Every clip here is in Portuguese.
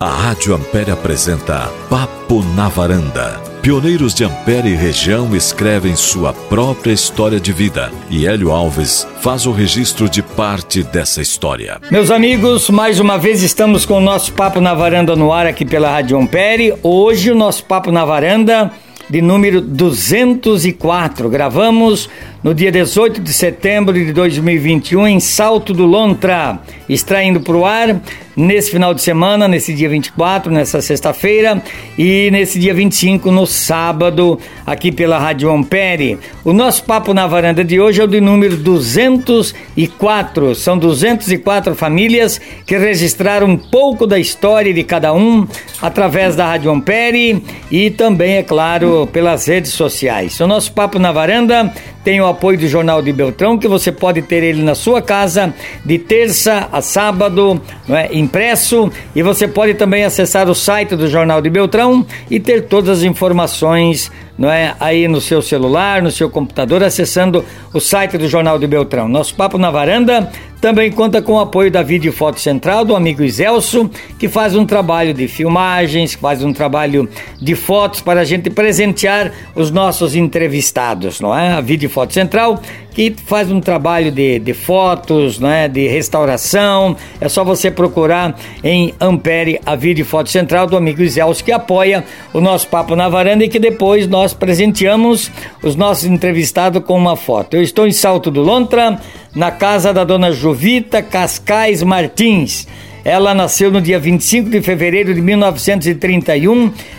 A Rádio Ampere apresenta Papo na Varanda. Pioneiros de Ampere e região escrevem sua própria história de vida e Hélio Alves faz o registro de parte dessa história. Meus amigos, mais uma vez estamos com o nosso Papo na Varanda no ar aqui pela Rádio Ampere. Hoje o nosso Papo na Varanda de número 204. Gravamos no dia 18 de setembro de 2021 em Salto do Lontra, extraindo para o ar nesse final de semana, nesse dia 24, nessa sexta-feira e nesse dia 25, no sábado, aqui pela Rádio Ampere. O nosso papo na varanda de hoje é o de número 204. São 204 famílias que registraram um pouco da história de cada um através da Rádio Ampere e também, é claro, pelas redes sociais. O nosso papo na varanda tem o apoio do Jornal de Beltrão, que você pode ter ele na sua casa de terça a sábado, né, impresso. E você pode também acessar o site do Jornal de Beltrão e ter todas as informações não é, aí no seu celular, no seu computador, acessando o site do Jornal de Beltrão. Nosso Papo na Varanda também conta com o apoio da Vídeo Foto Central, do amigo Iselso, que faz um trabalho de filmagens, faz um trabalho de fotos para a gente presentear os nossos entrevistados, não é? A Vídeo Foto Central, que faz um trabalho de, de fotos, não é? De restauração. É só você procurar em Ampere a Vídeo Foto Central do amigo Iselso, que apoia o nosso Papo na Varanda e que depois nós presenteamos os nossos entrevistados com uma foto. Eu estou em Salto do Lontra, na casa da dona Jovita Cascais Martins. Ela nasceu no dia 25 de fevereiro de 1931,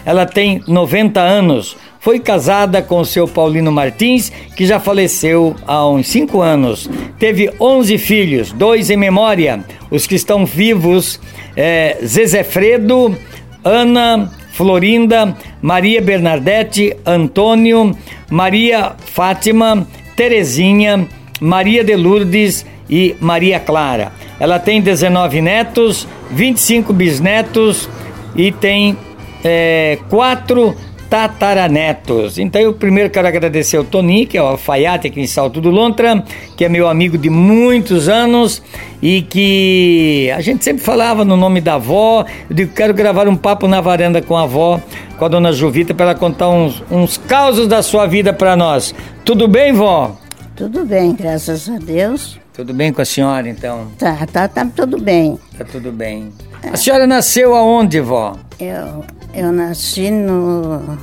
ela tem 90 anos. Foi casada com o seu Paulino Martins, que já faleceu há uns 5 anos. Teve 11 filhos, dois em memória. Os que estão vivos, é, Zezefredo, Ana, Florinda, Maria Bernadette, Antônio, Maria Fátima, Terezinha, Maria de Lourdes e Maria Clara. Ela tem 19 netos, 25 bisnetos e tem é, quatro tataranetos. Então eu primeiro quero agradecer ao Toninho, que é o alfaiate aqui em Salto do Lontra, que é meu amigo de muitos anos e que a gente sempre falava no nome da avó. Eu digo, quero gravar um papo na varanda com a avó, com a dona Jovita, para ela contar uns, uns causos da sua vida para nós. Tudo bem, vó? Tudo bem, graças a Deus. Tudo bem com a senhora, então? Tá, tá, tá tudo bem. Tá tudo bem. A senhora nasceu aonde, vó? Eu, eu nasci no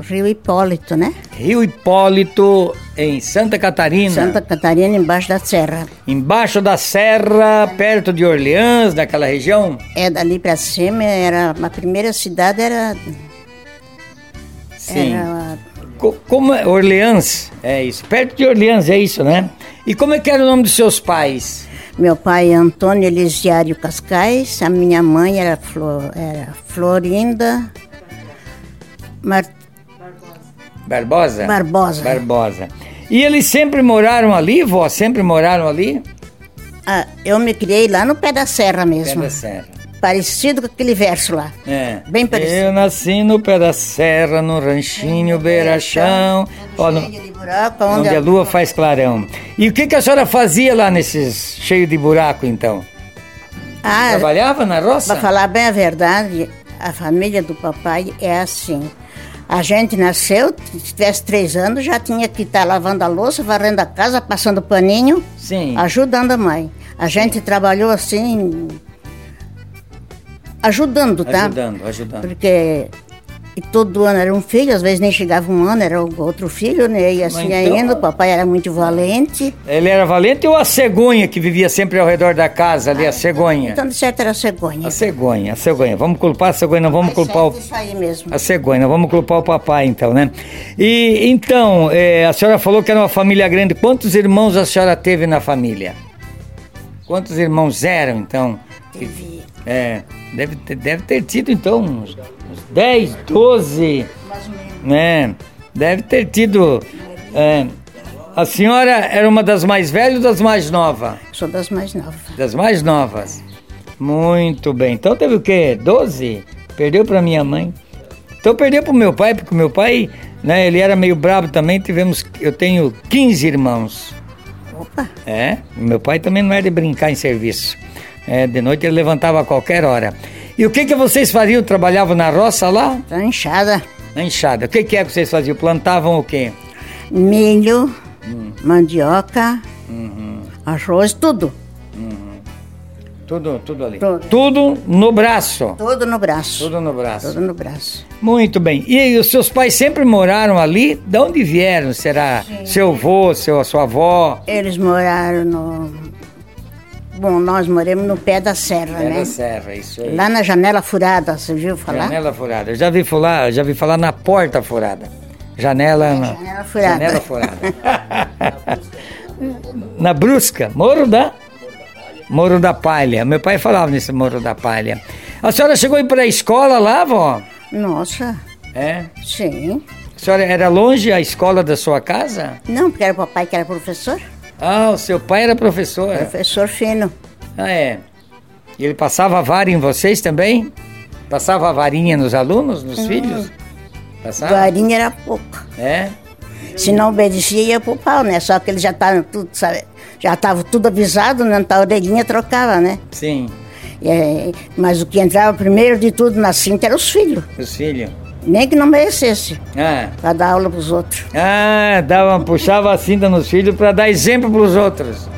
Rio Hipólito, né? Rio Hipólito, em Santa Catarina. Santa Catarina, embaixo da serra. Embaixo da serra, perto de Orleans, daquela região? É, dali pra cima, era, a primeira cidade era... Sim. É, Era, Co como é? Orleans, é isso. Perto de Orleans, é isso, né? E como é que era o nome dos seus pais? Meu pai é Antônio Elisiário Cascais, a minha mãe era, Flor, era Florinda Mar... Barbosa. Barbosa. Barbosa. E eles sempre moraram ali, vó? Sempre moraram ali? Ah, eu me criei lá no pé da serra mesmo. Pé da serra parecido com aquele verso lá. É. Bem parecido. Eu nasci no pé da serra, no ranchinho beirachão, ó, no, de buraco, onde, é a lua faz clarão. E o que, que a senhora fazia lá nesses cheio de buraco, então? Ah, Trabalhava na roça? Para falar bem a verdade, a família do papai é assim. A gente nasceu, se tivesse três anos, já tinha que estar lavando a louça, varrendo a casa, passando paninho, Sim. ajudando a mãe. A gente Sim. trabalhou assim ajudando, tá? Ajudando, ajudando. Porque e todo ano era um filho, às vezes nem chegava um ano, era outro filho, né? E assim então, ainda, o papai era muito valente. Ele era valente ou a cegonha que vivia sempre ao redor da casa ali, ah, a cegonha? Então, de certo, era a cegonha. A cegonha, a cegonha. Vamos culpar a cegonha, não vamos Mas culpar Assim o... Isso aí mesmo. A cegonha, não vamos culpar o papai, então, né? E, então, é, a senhora falou que era uma família grande. Quantos irmãos a senhora teve na família? Quantos irmãos eram, então? Teve... É, deve ter, deve ter tido então uns, uns 10, 12, Mais ou menos. né? Deve ter tido. é, a senhora era uma das mais velhas ou das mais novas? Sou das mais novas. Das mais novas. Muito bem. Então teve o quê? 12? Perdeu para minha mãe. Então perdeu para meu pai, porque meu pai, né, ele era meio brabo também. Tivemos, eu tenho 15 irmãos. Opa! É, meu pai também não era de brincar em serviço. É, de noite ele levantava a qualquer hora. E o que que vocês faziam? Trabalhavam na roça lá? Ranchada, Na enxada. O que que é que vocês faziam? Plantavam o quê? milho, mandioca, arroz, tudo. Tudo, tudo ali. Tudo. Tudo no braço. Tudo no braço. Tudo no braço. Tudo no braço. Muito bem. E aí, os seus pais sempre moraram ali? De onde vieram? Será seu avô, seu, sua avó? Eles moraram no. Bom, nós moramos no pé da serra, É né? da serra, isso aí. Lá na janela furada, você viu falar? Janela furada. Eu já vi falar, já vi falar na porta furada. Janela. na- janela furada. Janela furada. na Brusca, Morro da Morro da Palha. Meu pai falava nesse Morro da Palha. A senhora chegou a ir para a escola lá, vó? Nossa, É. sim. A senhora era longe a escola da sua casa? Não, porque era o papai que era professor. Ah, o seu pai era professor. Professor fino. Ah, é. E ele passava a vara em vocês também? Passava a varinha nos alunos, nos filhos? Passava? Varinha era pouco. É. Se não obedecia, ia pro pau, né? Só que eles já estavam tudo, sabe? Já estavam tudo avisado, né? Então a orelhinha trocava, né? Sim, E, eh, mas o que entrava primeiro de tudo na cinta era os filhos. os filhos. Nem que não merecesse, Ah. para dar aula pros outros. Ah, dava, puxava a cinta nos filhos para dar exemplo para os outros.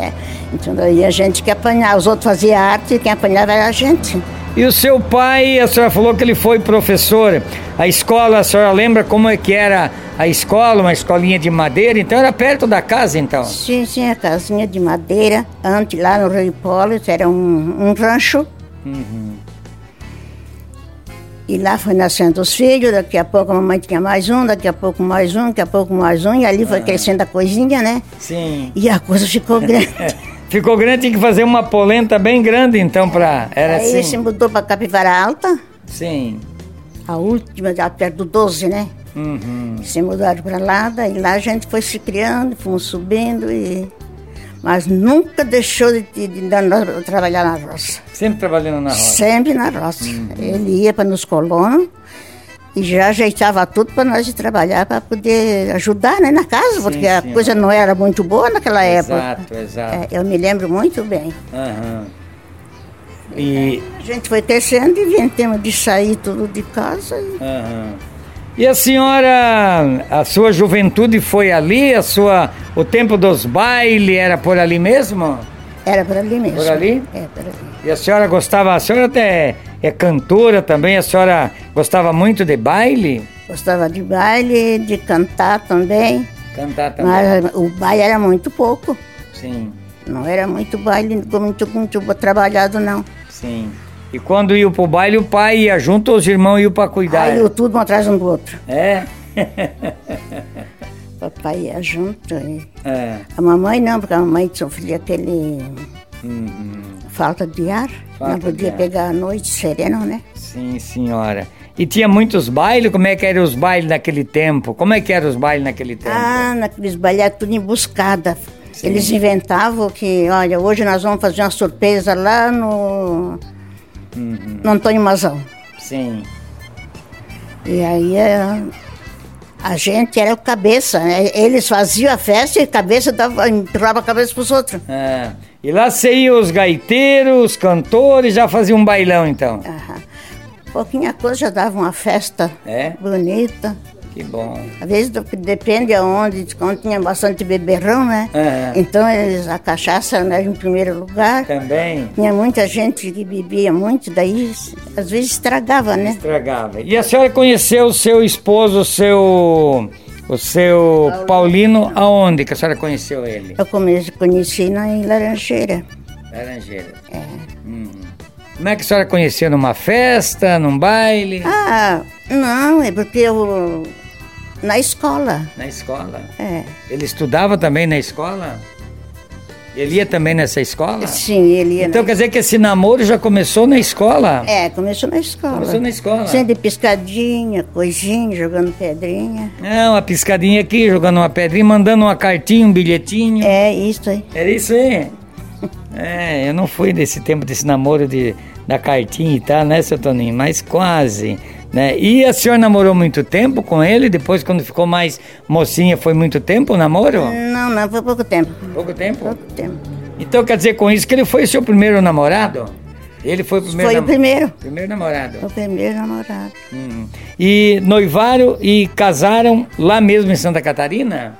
É. Então daí a gente que apanhava, os outros faziam arte e quem apanhava era a gente. E o seu pai, a senhora falou que ele foi professor. A escola, a senhora lembra como é que era a escola? Uma escolinha de madeira, então era perto da casa, então. Sim, sim, a casinha de madeira. Antes lá no Rio Hipólito era um, um rancho. Uhum. E lá foi nascendo os filhos, daqui a pouco a mamãe tinha mais um, daqui a pouco mais um, daqui a pouco mais um, e ali Ah. foi crescendo a coisinha, né? Sim. E a coisa ficou grande. Ficou grande, tinha que fazer uma polenta bem grande, então, para. Era Aí se assim. mudou para Capivara Alta, Sim. a última, já perto do 12, né? Uhum. Se mudaram para lá, daí lá a gente foi se criando, fomos subindo e. Mas nunca deixou de, de, de nós trabalhar na roça. Sempre trabalhando na roça. Sempre na roça. Uhum. Ele ia para nos colonos e já ajeitava tudo para nós ir trabalhar, para poder ajudar né, na casa, porque a sim. coisa não era muito boa naquela Exato, época. exato. É, eu me lembro muito bem. Aham. E. A gente foi crescendo e inventamos de sair tudo de casa. E... Aham. E a senhora, a sua juventude foi ali? A sua, o tempo dos bailes era por ali mesmo? Era por ali mesmo. Por ali? É, por ali. E a senhora gostava, a senhora até é cantora também, a senhora gostava muito de baile? Gostava de baile, de cantar também, Cantar também, mas o baile era muito pouco. sim, Não era muito baile, muito, muito trabalhado, não. sim. E quando ia pro baile, o pai ia junto, os irmãos iam pra cuidar. Aí o tudo um atrás um do outro. É? Papai ia junto. E... É. A mamãe não, porque a mamãe sofria aquele Uhum. falta de ar. Falta não podia de ar. pegar a noite sereno, né? Sim, senhora. E tinha muitos bailes? Como é que eram os bailes naquele tempo? Como é que eram os bailes naquele tempo? Ah, naqueles balhados tudo emboscada. Eles inventavam que, olha, hoje nós vamos fazer uma surpresa lá no, Uhum. no Antônio Mazão. Sim. E aí eh, a gente era o cabeça, né? Eles faziam a festa e a cabeça dava, empurrava a cabeça pros outros. Ah, e lá saíam os gaiteiros, os cantores, já faziam um bailão então. Aham. Pouquinha coisa já dava uma festa É? bonita. Que bom. Às vezes do- depende aonde, quando tinha bastante beberrão, né? Aham. Então eles, a cachaça era em primeiro lugar. Também Tinha muita gente que bebia muito, daí às vezes estragava, né? estragava. E a senhora conheceu o seu esposo, o seu. O seu Paulino, aonde que a senhora conheceu ele? Eu comecei, conheci na em Laranjeira. Laranjeira. Uhum. Como é que a senhora conheceu? Numa festa, num baile? Ah, não, é porque eu. na escola. Na escola? É. Ele estudava também na escola? Ele ia também nessa escola? Sim, ele ia. na- Então quer dizer que esse namoro já começou na escola? né? É, começou na escola. Começou na escola. Sendo piscadinha, coisinha, jogando pedrinha. Não, uma piscadinha aqui, jogando uma pedrinha, mandando uma cartinha, um bilhetinho. É isso aí. Era isso aí. É, eu não fui desse tempo desse namoro de, da cartinha e tal, né, seu Toninho? Mas quase. Né? E a senhora namorou muito tempo com ele? Depois, quando ficou mais mocinha, foi muito tempo o namoro? Não, não, foi É. pouco tempo. Pouco tempo. Pouco tempo. Então quer dizer com isso que ele foi o seu primeiro namorado? Ele foi o primeiro. Foi o namo- primeiro. Primeiro namorado. Hum. O primeiro namorado. E noivaram e casaram lá mesmo em Santa Catarina?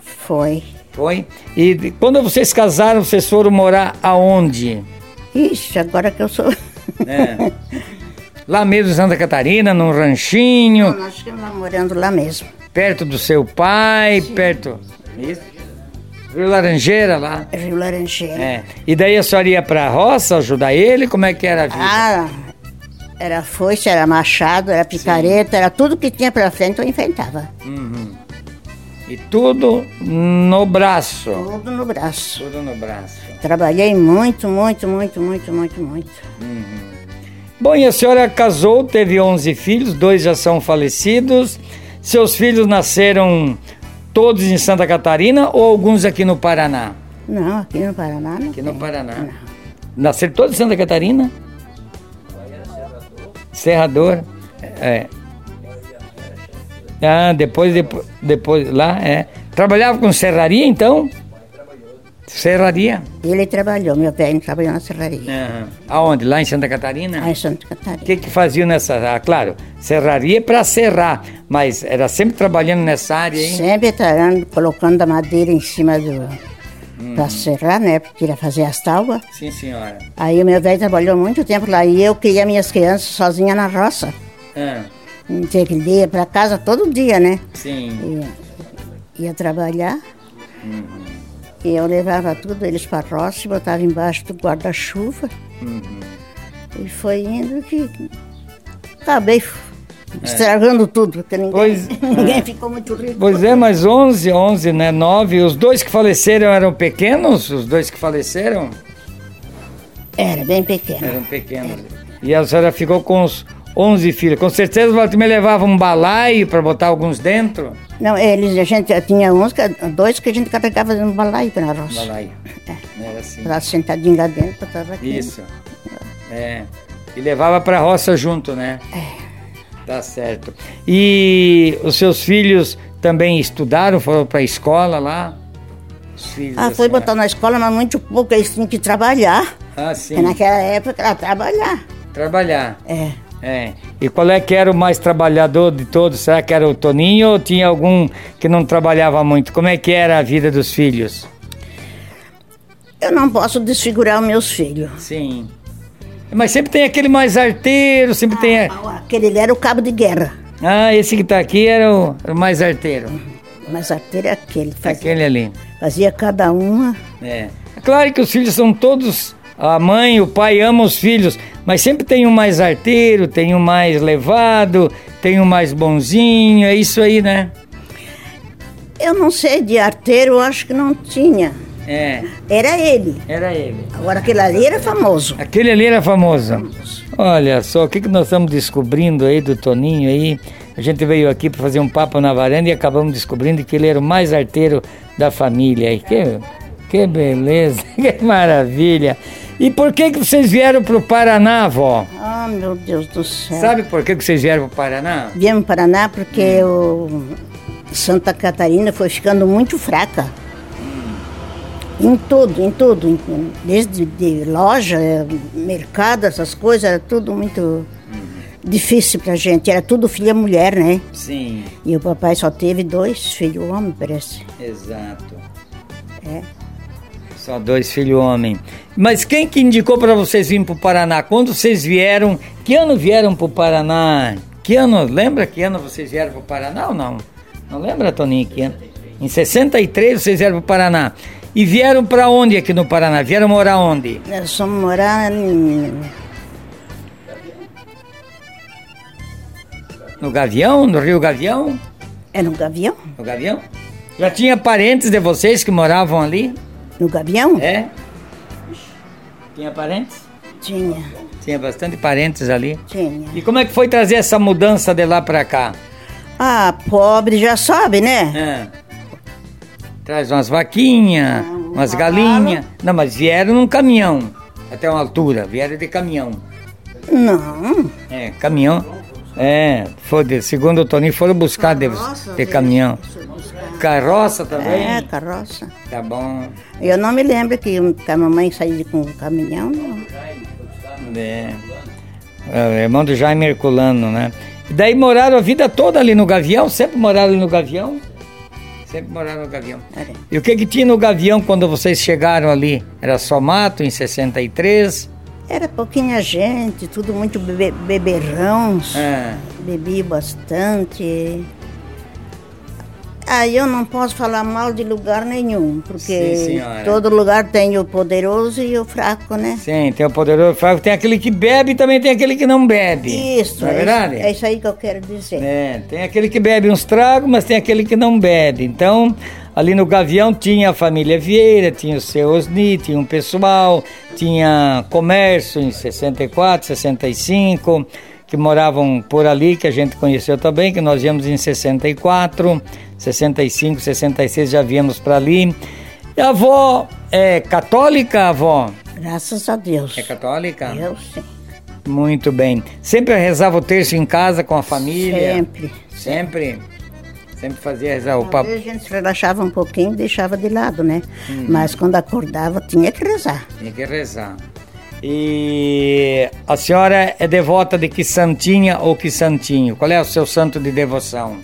Foi. Foi. E de- quando vocês casaram, vocês foram morar aonde? Ixi, agora que eu sou. É. lá mesmo em Santa Catarina, num ranchinho, Nós ficamos lá morando lá mesmo. perto do seu pai, perto. Isso. Rio Laranjeira lá. Rio Laranjeira. É. E daí a senhora ia pra roça ajudar ele? Como é que era a vida? Ah, era foice, era machado, era picareta, era tudo que tinha pra frente eu enfrentava. E tudo no braço. Tudo no braço. Tudo no braço. Trabalhei muito, muito, muito, muito, muito, muito. Bom, e a senhora casou, teve 11 filhos, dois já são falecidos. Seus filhos nasceram todos em Santa Catarina ou alguns aqui no Paraná? Não, aqui no Paraná não. Aqui no Paraná. Nasceram todos em Santa Catarina? Serrador. É. Ah, depois, depois, depois lá, é. Trabalhava com serraria, então? Serraria. Ele trabalhou, meu velho trabalhou na serraria. Aonde? Lá em Santa Catarina? Lá em Santa O Catarina. É. que que faziam nessa... Ah, claro, serraria para serrar, mas era sempre trabalhando nessa área, hein? Sempre tarando, colocando a madeira em cima do. Hum. Pra serrar, né? Porque ia fazer as tábuas. Sim, senhora. Aí o meu velho trabalhou muito tempo lá e eu criei minhas crianças sozinha na roça. Ah, Tinha que ir pra casa todo dia, né? sim. ia, ia trabalhar. E eu levava tudo eles para a roça, botava embaixo do guarda-chuva. E foi indo que acabei f- estragando tudo, porque ninguém, É. Pois- é. ninguém ficou muito rico. Pois é, mas 11, 11, né? 9. Os dois que faleceram eram pequenos? Os dois que faleceram Era bem pequeno. eram pequenos. E a senhora ficou com os 11 filhos. Com certeza ela também levava um balaio para botar alguns dentro. Não, eles, a gente tinha uns, que- dois que a gente carregava no balaio na roça. Um Balaio. Não Era assim. Lá sentadinho lá dentro, eu tava aqui. Isso. É. E levava pra roça junto, né? É. Tá certo. E os seus filhos também estudaram, foram pra escola lá? Os filhos Ah, da foi senhora. botar na escola, mas muito pouco, eles tinham que trabalhar. Ah, é. sim. E naquela época era trabalhar. Trabalhar. É. É. E qual é que era o mais trabalhador de todos? Será que era o Toninho ou tinha algum que não trabalhava muito? Como é que era a vida dos filhos? Eu não posso desfigurar os meus filhos. Sim. Mas sempre tem aquele mais arteiro, sempre tem. a- Aquele ali era o cabo de guerra. Ah, esse que tá aqui era o, era o mais arteiro. Uhum. Mas arteiro é aquele. Fazia, Aquele ali. fazia cada uma. É. Claro que os filhos são todos. A mãe, o pai ama os filhos, mas sempre tem um mais arteiro, tem um mais levado, tem um mais bonzinho, é isso aí, né? Eu não sei, de arteiro eu acho que não tinha. É, Era ele. era ele. Agora aquele ali era famoso. Aquele ali era famoso. Olha só, o que, que nós estamos descobrindo aí do Toninho aí? A gente veio aqui para fazer um papo na varanda e acabamos descobrindo que ele era o mais arteiro da família. aí. Que, que beleza, que maravilha. E por que, que vocês vieram para o Paraná, vó? Ah, meu Deus do céu. Sabe por que, que vocês vieram para o Paraná? Viemos para Paraná porque Hum. o Santa Catarina foi ficando muito fraca. Hum. Em tudo, em tudo. em- Desde de loja, eh, mercado, essas coisas, era tudo Uhum. muito difícil pra gente. Era tudo filha mulher, né? Sim, E o papai só teve dois filhos, homem, parece. exato. É. Só dois filhos homem. Mas quem que indicou para vocês virem para o Paraná? Quando vocês vieram? Que ano vieram para o Paraná? Que ano? Lembra que ano vocês vieram para o Paraná ou não? Não lembra, Toninho? Que ano? Em 63 vocês vieram para o Paraná. E vieram para onde aqui no Paraná? Vieram morar onde? Nós fomos morar em. No Gavião? No Rio Gavião? É no Gavião? No Gavião? Já tinha parentes de vocês que moravam ali? No Gavião? É? Tinha parentes? Tinha, Tinha bastante parentes ali. tinha. E como é que foi trazer essa mudança de lá para cá? Ah, pobre já sabe, né? É. Traz umas vaquinhas, umas galinhas. Não, mas vieram num caminhão, até uma altura, vieram de caminhão. Não. É, caminhão. É, foi de, segundo o Toninho, foram buscar de, de Ah, caminhão. Carroça também? É, carroça. Tá bom. um, Eu não me lembro que, que a mamãe saía com o caminhão, não. Não É. É, irmão do Jaime Herculano, né? E daí moraram a vida toda ali no Gavião? Sempre moraram ali no Gavião? Sempre moraram no Gavião. E o que que tinha no Gavião quando vocês chegaram ali? Era só mato em 63? Era pouquinha gente, tudo muito bebe beberrão. É. Bebi bastante. Aí eu não posso falar mal de lugar nenhum, porque Sim, senhora. todo lugar tem o poderoso e o fraco, né? Sim, tem o poderoso Flávio, tem aquele que bebe e também tem aquele que não bebe. Isso, não é é verdade? isso, é isso aí que eu quero dizer. É, tem aquele que bebe uns tragos, mas tem aquele que não bebe. Então, ali no Gavião tinha a família Vieira, tinha o seu Osni, tinha um pessoal, tinha comércio em 64, 65, que moravam por ali, que a gente conheceu também, que nós íamos em 64, 65, 66 já viemos para ali. E a avó é católica, a avó? Graças a Deus. É católica? Eu sim. Muito bem. Sempre rezava o terço em casa com a família? Sempre. Sempre? Sempre fazia rezar o Às papo. vezes a gente se relaxava um pouquinho e deixava de lado, né? Uhum. Mas quando acordava tinha que rezar. Tinha que rezar. E a senhora é devota de que santinha ou que santinho? Qual é o seu santo de devoção?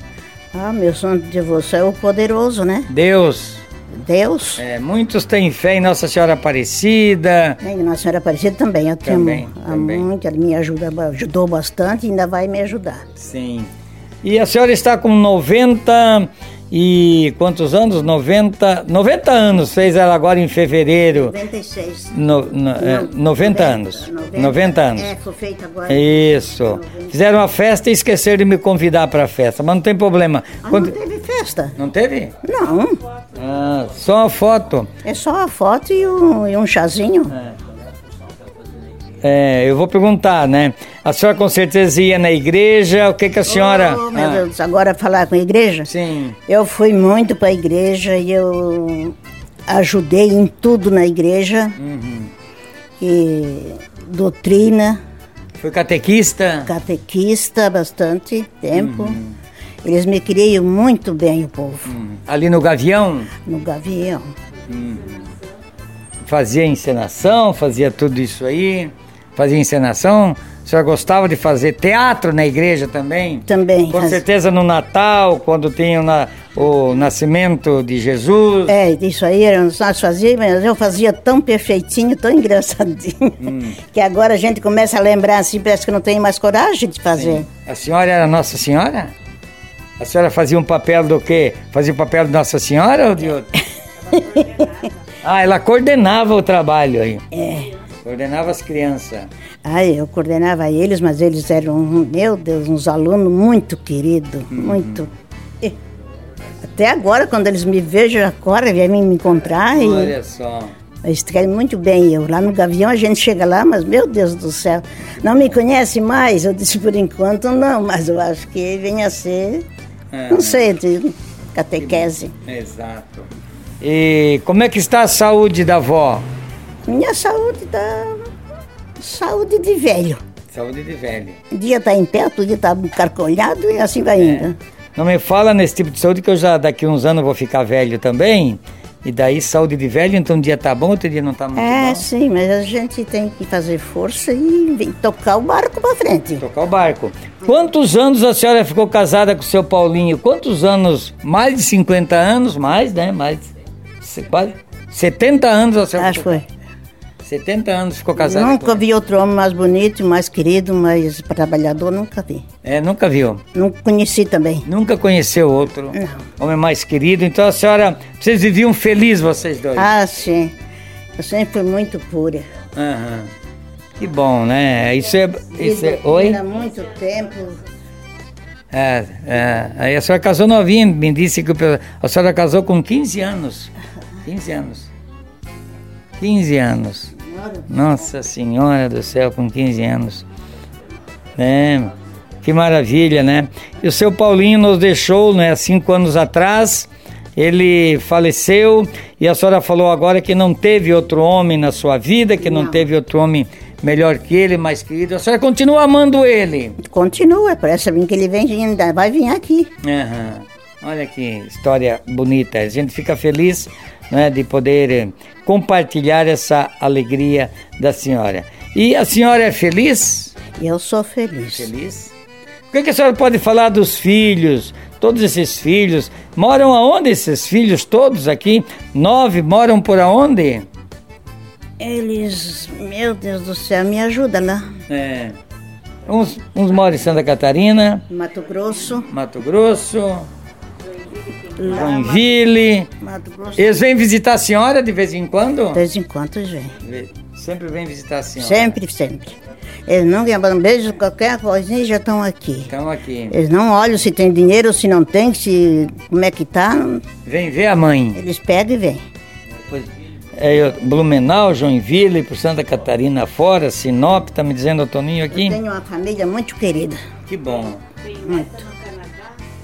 Ah, meu santo de você é o poderoso, né? Deus. Deus. É, muitos têm fé em Nossa Senhora Aparecida. E Nossa É, Senhora Aparecida também, eu tenho Também, há também. muito, ela me ajuda, ajudou bastante e ainda vai me ajudar. Sim. E a senhora está com 90 e quantos anos? 90, 90 anos fez ela agora em fevereiro. 96. No, no, é, 90 anos. 90 anos. É, foi feito agora. Isso. Fizeram a festa e esqueceram de me convidar para a festa, mas não tem problema. Ah, Quando- Não teve festa. Não teve? Não, Ah, só a foto. é só a foto e um, e um chazinho. É, eu vou perguntar, né? A senhora com certeza ia na igreja, o que que a senhora... Oh, meu Ah, Deus, agora falar com a igreja? Sim. Eu fui muito para a igreja e eu ajudei em tudo na igreja. E doutrina, Foi catequista? catequista bastante tempo. Eles me criam muito bem o povo Uhum. Ali no Gavião? no Gavião. Fazia encenação, fazia tudo isso aí. Fazia encenação. A senhora gostava de fazer teatro na igreja também? Também. Com faz- certeza no Natal, quando tem o, na- o nascimento de Jesus. É, isso aí era- nós fazíamos, mas eu fazia tão perfeitinho, tão engraçadinho, que agora a gente começa a lembrar assim, parece que não tem mais coragem de fazer. A senhora era Nossa Senhora? A senhora fazia um papel do quê? Fazia o papel de Nossa Senhora ou de outro? ah, ela coordenava o trabalho aí. É. Coordenava as crianças. Ai, eu coordenava eles, mas eles eram, meu Deus, uns alunos muito queridos, Uhum. muito. E Até agora, quando eles me vejam, agora vêm me encontrar e Olha só. eles querem muito bem eu. Lá no Gavião a gente chega lá, mas meu Deus do céu, não me conhece mais? Eu disse, por enquanto não, mas eu acho que venha a ser, É. não sei, de catequese. Exato. E como é que está a saúde da avó? Minha saúde tá... saúde de velho. Saúde de velho. Dia tá em pé, outro dia tá carcolhado e assim É. vai indo. Não me fala nesse tipo de saúde que eu já daqui uns anos vou ficar velho também. E daí saúde de velho, então um dia tá bom, outro dia não tá muito É, bom. sim, mas a gente tem que fazer força e vem tocar o barco pra frente. Tocar o barco. Quantos anos a senhora ficou casada com o seu Paulinho? Quantos anos? Mais de 50 anos? Mais, né? Mais. se- Quase. 70 anos a senhora Acho que ficou- foi. 70 anos ficou casada. com Nunca ele. vi outro homem mais bonito, mais querido, mais trabalhador, nunca vi. É, nunca viu. Não conheci também. Nunca conheceu outro. Homem mais querido. Então a senhora. Vocês viviam felizes, vocês dois. Ah, sim. Eu sempre fui muito pura. Aham. Que bom, né? Isso é. Isso é... Vivo Oi? Há muito tempo. É, é. Aí a senhora casou novinha, me disse que o pe- a senhora casou com 15 anos. 15 anos. 15 anos. Nossa Senhora do céu, com 15 anos. É, que maravilha, né? E o seu Paulinho nos deixou, né, há cinco anos atrás. Ele faleceu e a senhora falou agora que não teve outro homem na sua vida, que não, teve outro homem melhor que ele, mais querido. A senhora continua amando ele. Continua, parece bem que ele vem e ainda vai vir aqui. Aham. Olha que história bonita. A gente fica é, feliz né, de poder eh, compartilhar essa alegria da senhora. E a senhora é feliz? Eu sou feliz. Feliz? O que, que a senhora pode falar dos filhos? Todos esses filhos. Moram aonde esses filhos todos aqui? Nove moram por aonde? Eles, meu Deus do céu, me né? ajuda lá. É. Uns, uns moram em Santa Catarina, Mato Grosso, Mato Grosso, Joinville. Mato Grosso. Eles vêm visitar a senhora de vez em quando? De vez em quando vem. Sempre vem visitar a senhora. É. Sempre, sempre. Eles não lembram beijo, qualquer coisinha já estão aqui. Estão Então, aqui. Eles não olham se tem dinheiro ou se não tem, se como é que tá. Vem ver a mãe. Eles pegam e vêm. É, eu- Blumenau, Joinville, por Santa Catarina fora, Sinop, tá me dizendo o Toninho aqui? Eu tenho uma família muito querida. Que bom. Muito.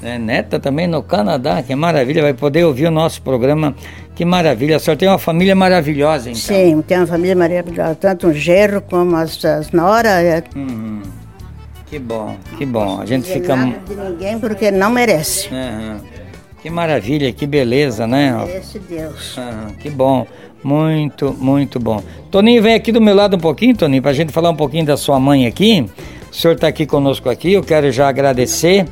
É, neta também no Canadá, que maravilha, vai poder ouvir o nosso programa. Que maravilha, a senhora tem uma família maravilhosa, então. Sim, tem uma família maravilhosa, tanto o genro como as, as noras. é, Uhum. Que bom, que bom. A gente dizer fica. nada de ninguém porque não merece. Aham. Que maravilha, que beleza, né? Merece Deus. Ah, que bom, muito, muito bom. Toninho, vem aqui do meu lado um pouquinho, Toninho, para a gente falar um pouquinho da sua mãe aqui. O senhor está aqui conosco aqui, eu quero já agradecer,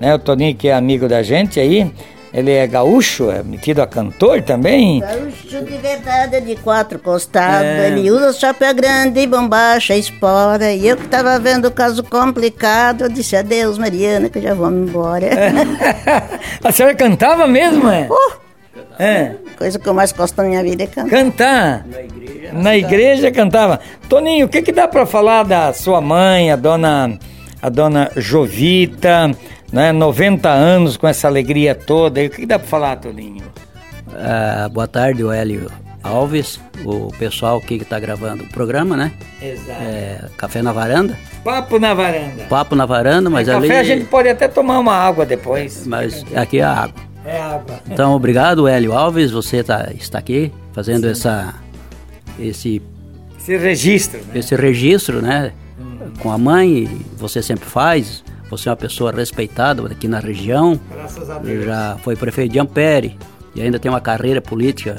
né, o Toninho que é amigo da gente aí, ele é gaúcho, é metido a cantor também. Gaúcho de é verdade de quatro costados, ele usa chapéu grande, bombacha, espora. E eu que tava vendo o caso complicado, eu disse adeus, Mariana, que já vamos embora. a senhora cantava mesmo, é? É, Coisa que eu mais gosto na minha vida é cantar. cantar. Na igreja. cantava. Toninho, o que que dá para falar da sua mãe, a dona, a dona Jovita, né, 90 anos com essa alegria toda, e o que que dá para falar, Toninho? Ah, boa tarde, o Hélio Alves, o pessoal aqui que está gravando o programa, né? Exato. É, café na varanda, Papo na varanda. papo na varanda, mas É, Café ali. a gente pode até tomar uma água depois. Mas aqui é a água. É água. Então, obrigado, Hélio Alves, você tá, está aqui fazendo essa, esse, Esse registro, né? esse registro, né? Com a mãe, e você sempre faz. Você é uma pessoa respeitada aqui na região. Graças a Deus. Já foi prefeito de Ampere e ainda tem uma carreira política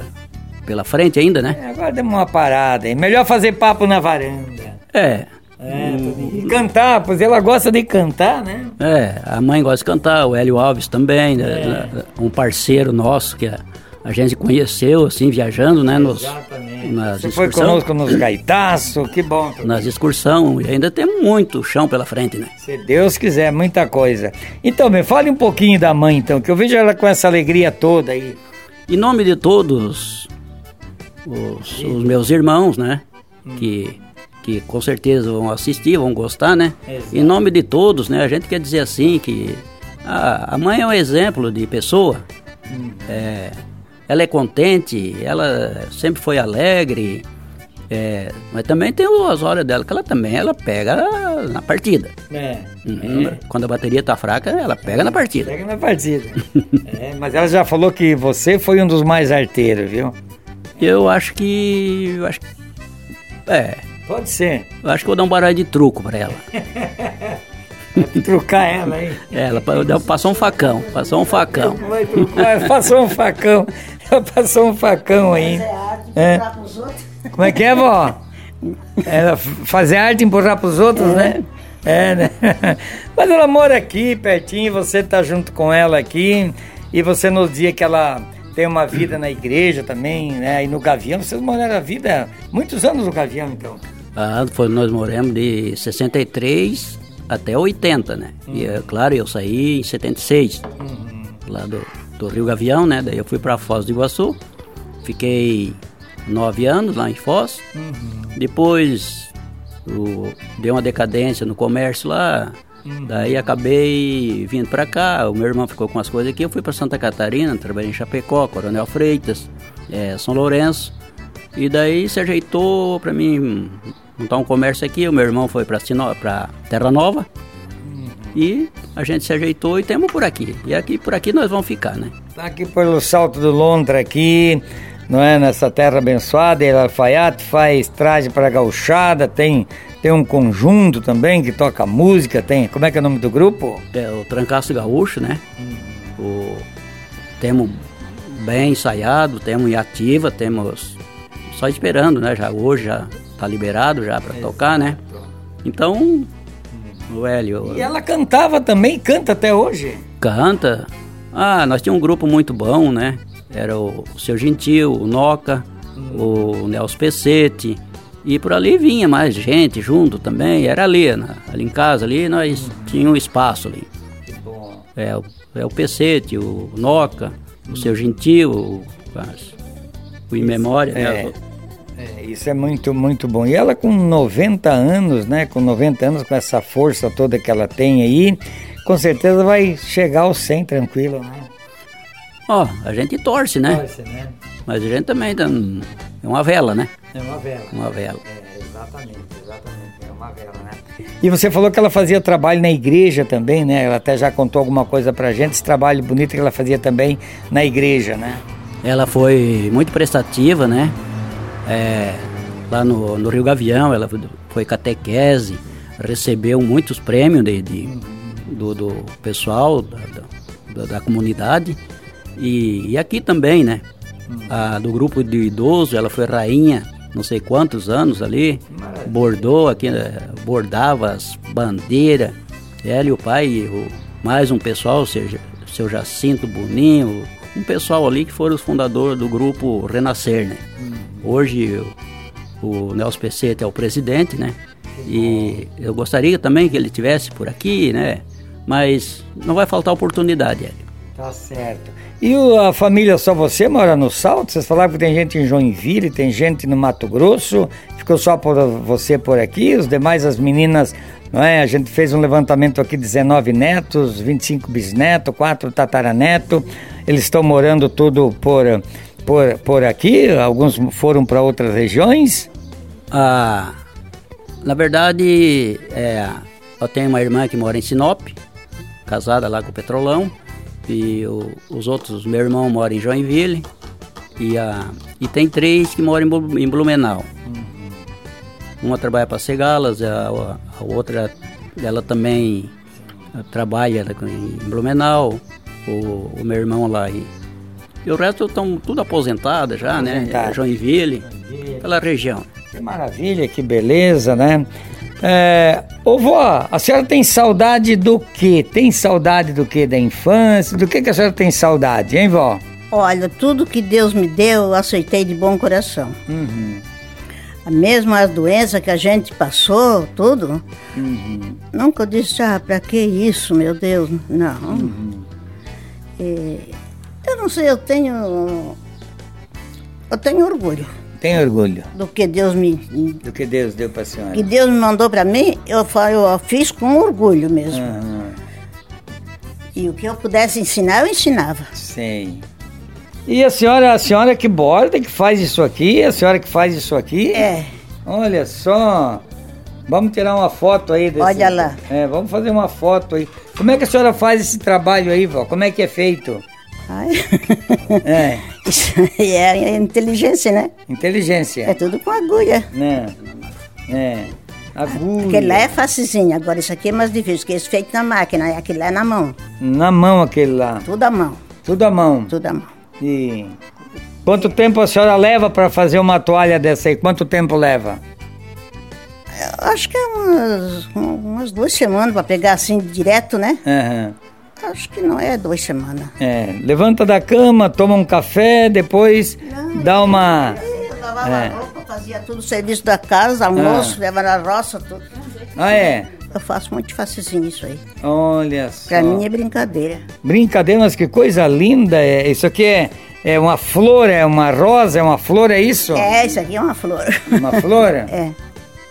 pela frente ainda, né? É, agora demos uma parada. É melhor fazer papo na varanda. É, É, Toninho. E cantar, pois ela gosta de cantar, né? É, a mãe gosta de cantar, o Hélio Alves também, né, um parceiro nosso que a, a gente conheceu, assim, viajando, né, nos, nas Você foi excursão, conosco nos gaitaços, que bom. Toninho. nas excursão, e ainda tem muito chão pela frente, né? Se Deus quiser, muita coisa. Então, me fale um pouquinho da mãe, então, que eu vejo ela com essa alegria toda aí. Em nome de todos os, os meus irmãos, né, Hum. que, que com certeza vão assistir, vão gostar, né, Exato. em nome de todos, né, a gente quer dizer assim que a, a mãe é um exemplo de pessoa, Hum. É, ela é contente, ela sempre foi alegre, é, mas também tem as horas dela que ela também ela pega na partida. É. Uhum. Quando a bateria tá fraca, ela pega na partida. Pega na partida. É, mas ela já falou que você foi um dos mais arteiros, viu? Eu acho que. Eu acho, que- é, Pode ser. eu acho que eu vou dar um baralho de truco pra ela. Vai Trucar ela aí. Ela pa- deu- passou um facão, passou um facão. Vai trucar. Passou um facão. Ela passou um facão aí. É. Falar pros outros. Como é que é, vó? Ela f- fazer arte e empurrar pros outros, né? É, né? Mas ela mora aqui, pertinho, você tá junto com ela aqui. E você nos dia que ela tem uma vida na igreja também, né? E no Gavião, vocês moraram a vida, muitos anos no Gavião, então. Ah, foi, nós moramos de 63 até 80, né? E, é claro, eu saí em 76, lá do, do Rio Gavião, né? Daí eu fui para Foz do Iguaçu, fiquei nove anos lá em Foz. Depois o- deu uma decadência no comércio lá, daí acabei vindo para cá. O meu irmão ficou com as coisas aqui, eu fui para Santa Catarina, trabalhei em Chapecó, Coronel Freitas, eh, São Lourenço. E daí se ajeitou pra mim montar um comércio aqui. O meu irmão foi pra, Sino... pra Terra Nova. E a gente se ajeitou e temos por aqui. E aqui por aqui nós vamos ficar, né? Tá aqui pelo Salto do Londra aqui, não é? Nessa terra abençoada, ele é alfaiate, faz traje para gauchada, tem, tem um conjunto também que toca música, tem... Como é que é o nome do grupo? É o Trancaço Gaúcho, né? O... Temos bem ensaiado, temos em ativa, temos só esperando, né? Já hoje já tá liberado já para tocar, né? Então, o Hélio E ela cantava também, canta até hoje. canta. Ah, nós tínhamos um grupo muito bom, né? Era o Seu Gentil, o Noca, o Nelson Pecete. E por ali vinha mais gente junto também. Era ali, né? ali em casa, ali nós tínhamos um espaço ali. É, o- é o Pecete, o Noca, o Seu Gentil, o, as- o In Memória, né? É. É, isso é muito, muito bom. E ela com 90 anos, né? Com 90 anos, com essa força toda que ela tem aí, com certeza vai chegar aos 100 tranquilo, né? Ó, a gente torce, né? né? Mas a gente também tá- é uma vela, né? É uma vela. Uma vela. Exatamente, exatamente. É uma vela, né? E você falou que ela fazia trabalho na igreja também, né? Ela até já contou alguma coisa pra gente, esse trabalho bonito que ela fazia também na igreja, né? Ela foi muito prestativa, né? É, lá no, no Rio Gavião, ela foi catequese, recebeu muitos prêmios de, de- do, do pessoal, da, da- da- da comunidade. E, e aqui também, né? A, do grupo de idoso, ela foi rainha, não sei quantos anos ali, bordou aqui, né, bordava as bandeiras. Ela e o pai, e o, mais um pessoal, seja seu Jacinto Boninho, um pessoal ali que foram os fundadores do grupo Renascer, né? Hoje o, o Nelson Peceta é o presidente, né? E eu gostaria também que ele tivesse por aqui, né? Mas não vai faltar oportunidade, Hélio. Tá certo. E o- a família só você mora no Salto? Vocês falaram que tem gente em Joinville, tem gente no Mato Grosso. Ficou só por você por aqui, os demais as meninas, não é? A gente fez um levantamento aqui 19 netos, 25 bisnetos, 4 tataraneto. Eles estão morando tudo por por, por aqui, alguns foram para outras regiões. Ah, na verdade, é, eu tenho uma irmã que mora em Sinop, casada lá com o Petrolão, e o- os outros, meu irmão mora em Joinville, e, a, e tem três que moram em Blu- em Blumenau. Uma trabalha para Segalas, a, a outra, ela também trabalha lá com- em Blumenau, o, o meu irmão lá. E, e o resto estão tudo aposentado já, né? Aposentado. Joinville, pela região. Que maravilha, que beleza, né? É, ô vó, a senhora tem saudade do quê? Tem saudade do quê? Da infância? Do que, que a senhora tem saudade, hein, vó? Olha, tudo que Deus me deu, eu aceitei de bom coração. Mesmo as doenças que a gente passou, tudo. Nunca eu disse, ah, pra que isso, meu Deus? Não. E eu não sei, eu tenho. Eu tenho orgulho Tem orgulho do que Deus me. do que Deus deu pra senhora? que Deus me mandou pra mim, eu, fa- eu fiz com orgulho mesmo. Aham, E o que eu pudesse ensinar, eu ensinava. sei. E a senhora, a senhora que borda, que faz isso aqui, a senhora que faz isso aqui? É. Olha só. Vamos tirar uma foto aí desse. Olha lá. É, vamos fazer uma foto aí. Como é que a senhora faz esse trabalho aí, vó? Como é que é feito? Ai. É, Isso aí é inteligência, né? inteligência. É tudo com agulha. né? É. Agulha. Aquele lá é facilzinho, agora isso aqui é mais difícil, porque esse feito na máquina, e aquele lá é na mão. Na mão aquele lá. Tudo à mão, Tudo à mão. tudo à mão. E quanto tempo a senhora leva para fazer uma toalha dessa aí? Quanto tempo leva? Eu acho que é umas, um- umas duas semanas para pegar assim direto, né? Aham. Acho que não é duas semanas. É, levanta da cama, toma um café, depois dá uma. Eu lavava É. a roupa, fazia tudo o serviço da casa, almoço, Ah. levava na roça, tudo. Ah, é. Eu faço muito facilzinho isso aí. Olha só. Pra mim é brincadeira. Brincadeira, mas que coisa linda. É, isso aqui é, é uma flor, é uma rosa, é uma flor, é isso? É, isso aqui é uma flor. Uma flor? É.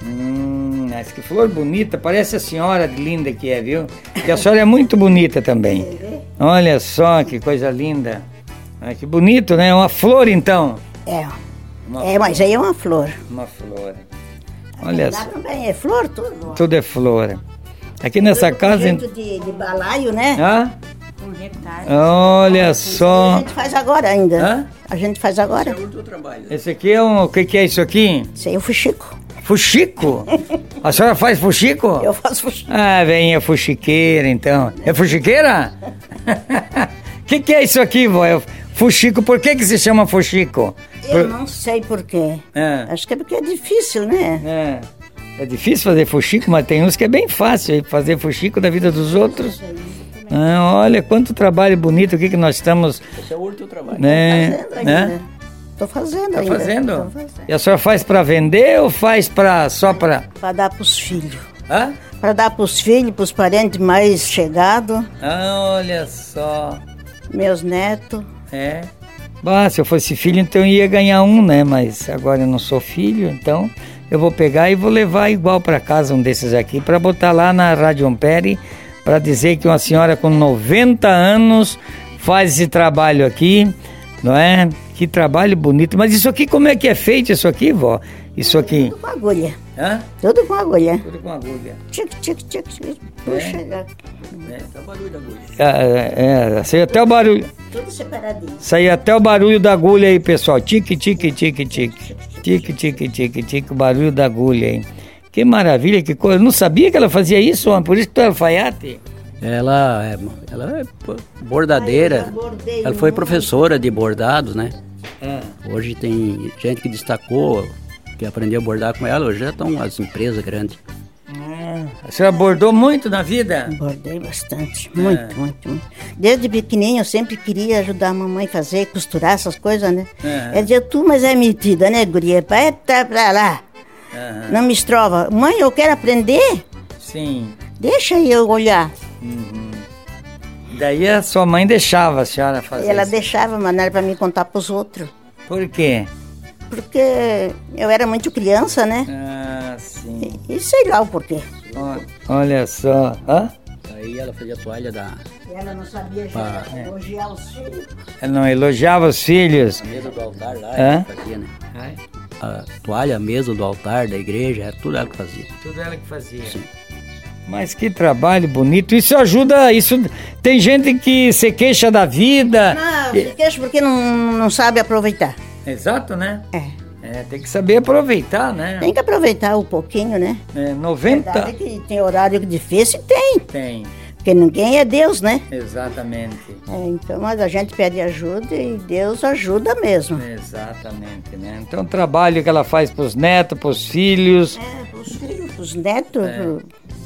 Hum, mas que flor bonita, parece a senhora de linda que é, viu? E a senhora é muito bonita também. Olha só que coisa linda. Ah, que bonito, né? Uma flor então. Uma É. É, mas aí é uma flor. Uma flor. Olha Lá só, também é flor, tudo. tudo é flor. Aqui nessa casa. Jeito de, de balaio, né? Hã? Um retalho. Olha A só. gente faz agora ainda. Ah. Hã? A gente faz agora. Esse aqui é um. O que, que é isso aqui? Isso aí eu fui Chico. Fuxico? A senhora faz fuxico? Eu faço fuxico. Ah, veinha fuxiqueira, então. É fuxiqueira? O que, que é isso aqui, vó? É fuxico. Por que, que se chama fuxico? Eu não sei porquê. É. Acho que é porque é difícil, né? É. É difícil fazer fuxico, mas tem uns que é bem fácil aí, fazer fuxico da vida dos outros. Ah, olha quanto trabalho bonito aqui que nós estamos, Esse é outro trabalho. né? Fazendo ainda. né? Tô fazendo Tá ainda. fazendo? Tô fazendo. E a senhora faz pra vender ou faz pra só pra? Pra dar pros filhos. Hã? Pra dar pros filhos, pros parentes mais chegados, Ah, olha só. meus netos. É. Bah, se eu fosse filho, então eu ia ganhar um, né? Mas agora eu não sou filho, então eu vou pegar e vou levar igual para casa um desses aqui para botar lá na Rádio Ampere para dizer que uma senhora com 90 anos faz esse trabalho aqui, não é? Que trabalho bonito. Mas isso aqui, como é que é feito isso aqui, vó? Isso aqui. Tudo com agulha. Hã? Tudo com agulha. Tudo com agulha. Tic, tic, tic, tic. Puxa, É, é, saiu até o barulho. tudo separadinho. Saiu até o barulho da agulha aí, pessoal. Tique, tique, tique, tique. Tique, tique, tique, tique, o barulho da agulha, hein? Que maravilha, que coisa. Eu não sabia que ela fazia isso, homem. Por isso que tu é alfaiate. Ela é, ela é po- bordadeira. bordei Ela foi professora de bordados, né? É. Hoje tem gente que destacou, que aprendeu a bordar com ela. Hoje já estão as empresas grandes. A senhora bordou muito na vida? Bordei bastante, É. muito, muito, muito. Desde pequenininho eu sempre queria ajudar a mamãe a fazer, costurar essas coisas, né? É. É. dizia, tu, mas é metida, né, guria? Vai pra, pra lá, não me estrova. Mãe, eu quero aprender, Sim. deixa eu olhar. Daí a sua mãe deixava a senhora fazer Ela isso. deixava, mas não era pra mim contar pros outros. Por quê? Porque eu era muito criança, né? Ah, sim. E, e sei lá o porquê. Ó, Olha só. Hã? Aí ela fazia a toalha da Ela não sabia Ah, é. é elogiar os filhos. Ela não elogiava os filhos. mesa do altar lá, É? ela fazia, né? A toalha, a mesa do altar da igreja, era tudo ela que fazia. Tudo ela que fazia. Mas que trabalho bonito. Isso ajuda, isso tem gente que se queixa da vida. Ah, se queixa porque não, não sabe aproveitar. Exato, né? É. É, tem que saber aproveitar, né? Tem que aproveitar um pouquinho, né? É, Verdade 90 que tem horário difícil? Tem, tem, porque ninguém é Deus, né? exatamente. É, então, mas a gente pede ajuda e Deus ajuda mesmo. Exatamente, né? Então o trabalho que ela faz pros netos, pros filhos, É, os filhos, os netos, pro-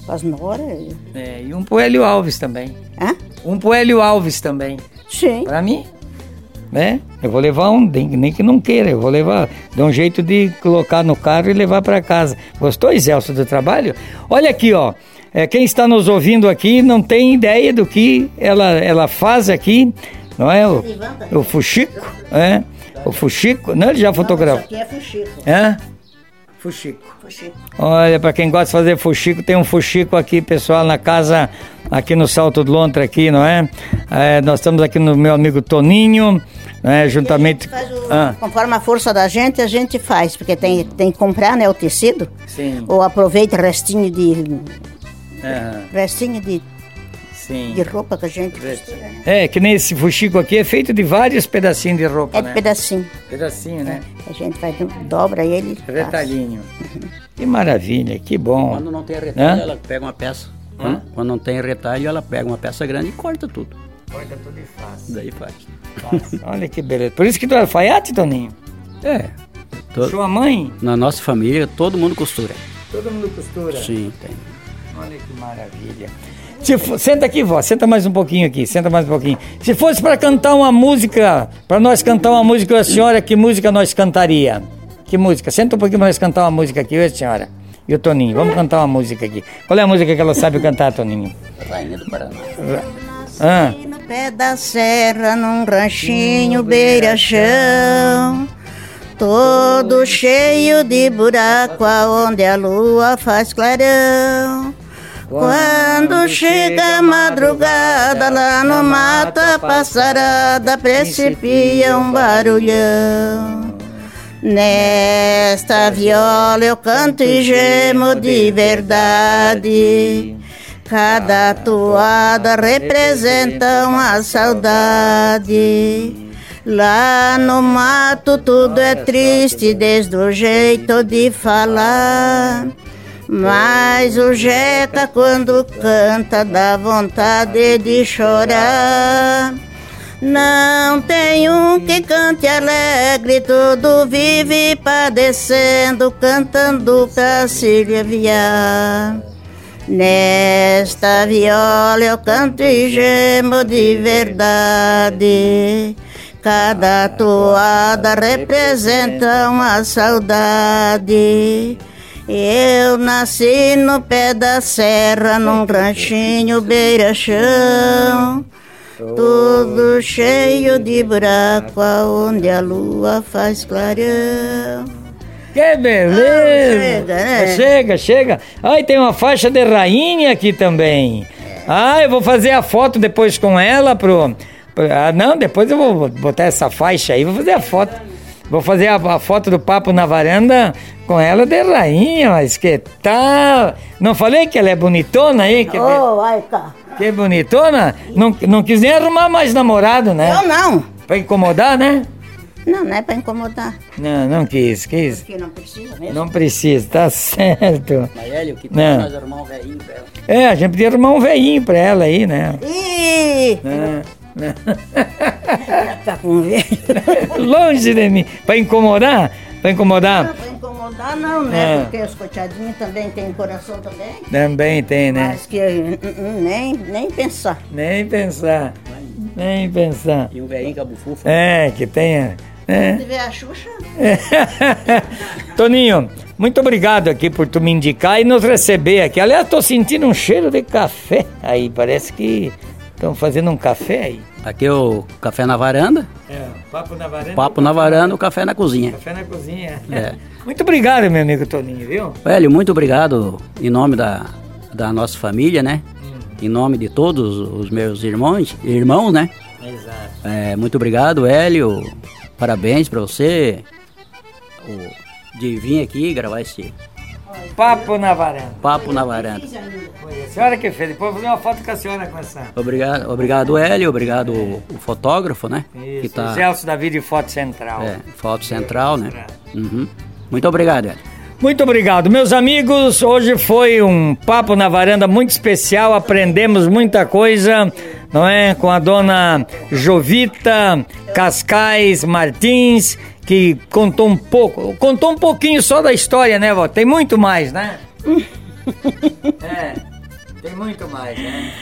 as noras. e- é, e um pro Hélio Alves também. Hã? Um pro Hélio Alves também. Sim. Pra mim, né? Eu vou levar um, nem, nem que não queira, eu vou levar, dá um jeito de colocar no carro e levar pra casa. Gostou, Celso, do trabalho? Olha aqui, ó. É, quem está nos ouvindo aqui não tem ideia do que ela, ela faz aqui, não é? O, o Fuxico, é? O Fuxico, não, ele já fotografou. Aqui é fuxico. Hã? Fuxico. fuxico. Olha, para quem gosta de fazer fuxico, tem um fuxico aqui, pessoal, na casa, aqui no Salto do Lontra, aqui, não é? É, nós estamos aqui no meu amigo Toninho, né, juntamente... Faz o- Ah, Conforme a força da gente, a gente faz, porque tem, tem que comprar, né, o tecido. sim, Ou aproveita restinho de aham, restinho de, é, sim. de roupa que a gente costura, né? É, que nem esse fuxico aqui é feito de vários pedacinhos de roupa, É né? de pedacinho. Pedacinho, né? A gente vai dobra ele. e Tá faz. Retalhinho. Que maravilha, que bom. Quando não tem retalho, Hã? ela pega uma peça. Quando não tem retalho, ela pega uma peça grande e corta tudo. Corta tudo e faz. Daí faz. Olha que beleza. Por isso que tu é alfaiate, Toninho? É. to- Sua mãe? Na nossa família, todo mundo costura. Todo mundo costura. Sim, tem. Olha que maravilha. Se fo- Senta aqui, vó. Senta mais um pouquinho aqui. Senta mais um pouquinho. Se fosse para cantar uma música, para nós cantar uma música, eu e a senhora, que música nós cantaria? Que música? Senta um pouquinho para nós cantar uma música aqui, eu e a senhora. E o Toninho. Vamos cantar uma música aqui. Qual é a música que ela sabe cantar, Toninho? Rainha do Paraná. Ah, E No pé da serra, num ranchinho beira-chão, todo cheio de buraco, aonde a lua faz clarão. Quando chega a madrugada, lá no mato a passarada precipia um barulhão. Nesta viola eu canto e gemo de verdade. Cada toada representa uma saudade. Lá no mato tudo é triste, desde o jeito de falar. Mas o Jeca, quando canta, dá vontade de chorar. Não tem um que cante alegre, tudo vive padecendo, cantando pra Cília Viar. Nesta viola eu canto e gemo de verdade. Cada toada representa uma saudade. Eu nasci no pé da serra, num ranchinho beira-chão. Todo cheio de buraco, aonde a lua faz clarão. Que beleza! Ah, chega, né? Chega, chega. Ai, tem uma faixa de rainha aqui também. É. Ah, eu vou fazer a foto depois com ela pro. pro- Ah, não, depois eu vou botar essa faixa aí, vou fazer a foto. Vou fazer a, a foto do papo na varanda com ela de rainha, mas que tal? Não falei que ela é bonitona aí? Que, Oh, ai, cá. que bonitona? Não, não quis nem arrumar mais namorado, né? Eu não. Pra incomodar, né? Não, não é pra incomodar. Não, não quis, quis. Porque não precisa mesmo. Não precisa, tá certo. Mas, Hélio, que Não. tal nós arrumar um velhinho pra ela? É, a gente podia arrumar um veinho pra ela aí, né? Ih, Né? Né? tá com velho. Longe de mim. Pra incomodar? é Pra incomodar? Pra incomodar não, né? É. Porque os coitadinhos também têm coração também. Também tem, né? Mas que hum, hum, nem, nem pensar. Nem pensar. Nem pensar. E um velhinho cabufufo. É, que tenha. né? Se vê a Xuxa, Toninho, muito obrigado aqui por tu me indicar e nos receber aqui. Aliás, tô sentindo um cheiro de café aí. Parece que estão fazendo um café aí. Aqui é o café na varanda, É, papo na varanda. papo na varanda, o café na cozinha. Café na cozinha. É. Muito obrigado, meu amigo Toninho, viu? Hélio, muito obrigado em nome da, da nossa família, né? Em nome de todos os meus irmãos, irmãos, né? Exato. É, muito obrigado, Hélio. Parabéns pra você o- de vir aqui gravar esse Papo na varanda. papo na varanda. Foi assim. a senhora que fez. Depois eu vou fazer uma foto com a senhora com essa. Obrigado, obrigado Hélio, obrigado o, o fotógrafo, né? Que Isso, tá Gelson da Vida e Foto Central. é, foto central, né? Uhum. Muito obrigado, Hélio. Muito obrigado, meus amigos. Hoje foi um papo na varanda muito especial. Aprendemos muita coisa, não é? Com a dona Jovita Cascais Martins, que contou um pouco, contou um pouquinho só da história, né, vó? Tem muito mais, né? é, tem muito mais, né?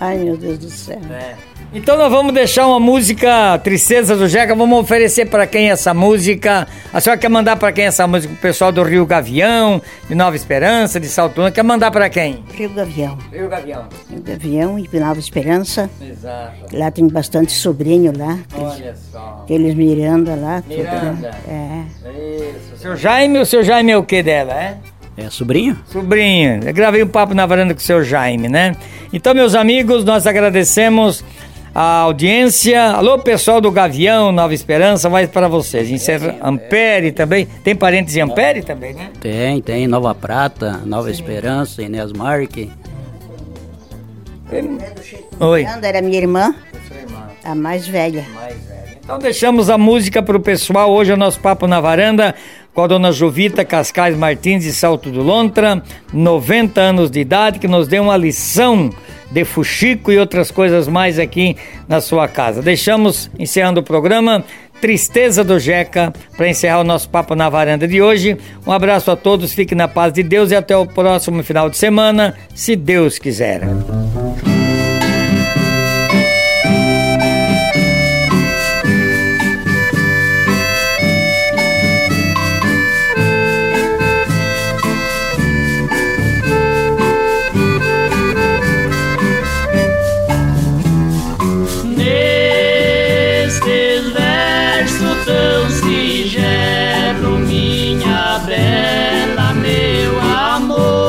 ai meu Deus do céu. É. Então nós vamos deixar uma música Tristeza do Jeca, vamos oferecer pra quem é essa música. A senhora quer mandar pra quem é essa música? O pessoal do Rio Gavião, de Nova Esperança, de Saltuna, quer mandar pra quem? Rio Gavião. Rio Gavião. Rio Gavião e Nova Esperança. Exato. Lá tem bastante sobrinho lá. Olha só. Aqueles Miranda lá. tudo, né? Miranda. É. Isso. Seu Jaime, o seu Jaime é o que dela, é? É sobrinho? Sobrinho, eu gravei um papo na varanda com o seu Jaime, né? Então, meus amigos, nós agradecemos a audiência. Alô, pessoal do Gavião, Nova Esperança, vai para vocês. Encerra Ampere também. Tem parentes de Ampere também, né? Tem, tem. Nova Prata, Nova Esperança, Inês Marque. Oi. Miranda era minha irmã, a mais velha. Então deixamos a música pro pessoal. Hoje é o nosso papo na varanda com a dona Jovita Cascais Martins de Salto do Lontra, 90 anos de idade, que nos deu uma lição de fuxico e outras coisas mais aqui na sua casa. Deixamos encerrando o programa Tristeza do Jeca para encerrar o nosso papo na varanda de hoje. Um abraço a todos, fiquem na paz de Deus e até o próximo final de semana, se Deus quiser. Neste verso tão singelo, minha bela, meu amor.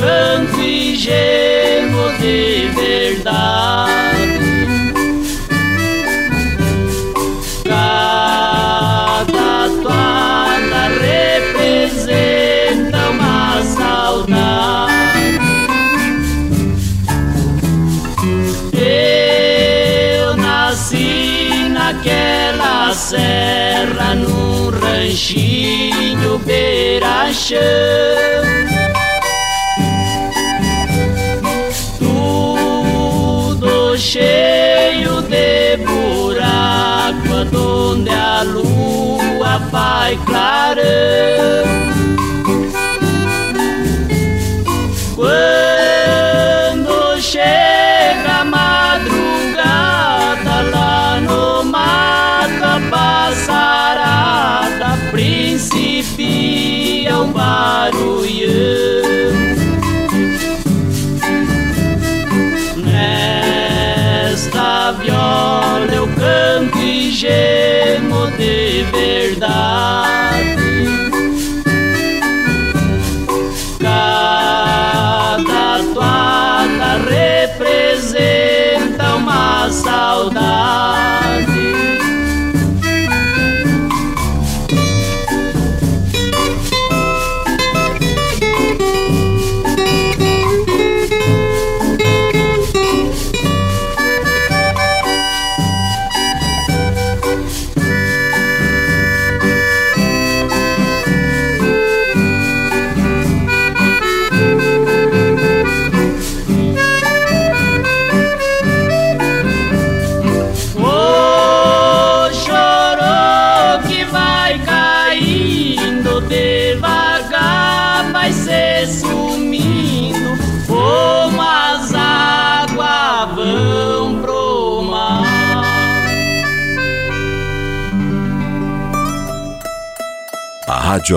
é gemo de verdade. Cada toada representa uma saudade. Eu nasci naquela serra, num ranchinho beira-chão. Tudo cheio de buraco, onde a lua vai clarando. Quando chega a madrugada lá no mato a passarada principia um barulhão. Nesta viola eu canto e gemo de verdade. Cada toada representa uma saudade. O chorou que vai caindo devagar, vai se sumindo, como as águas vão pro mar. A Rádio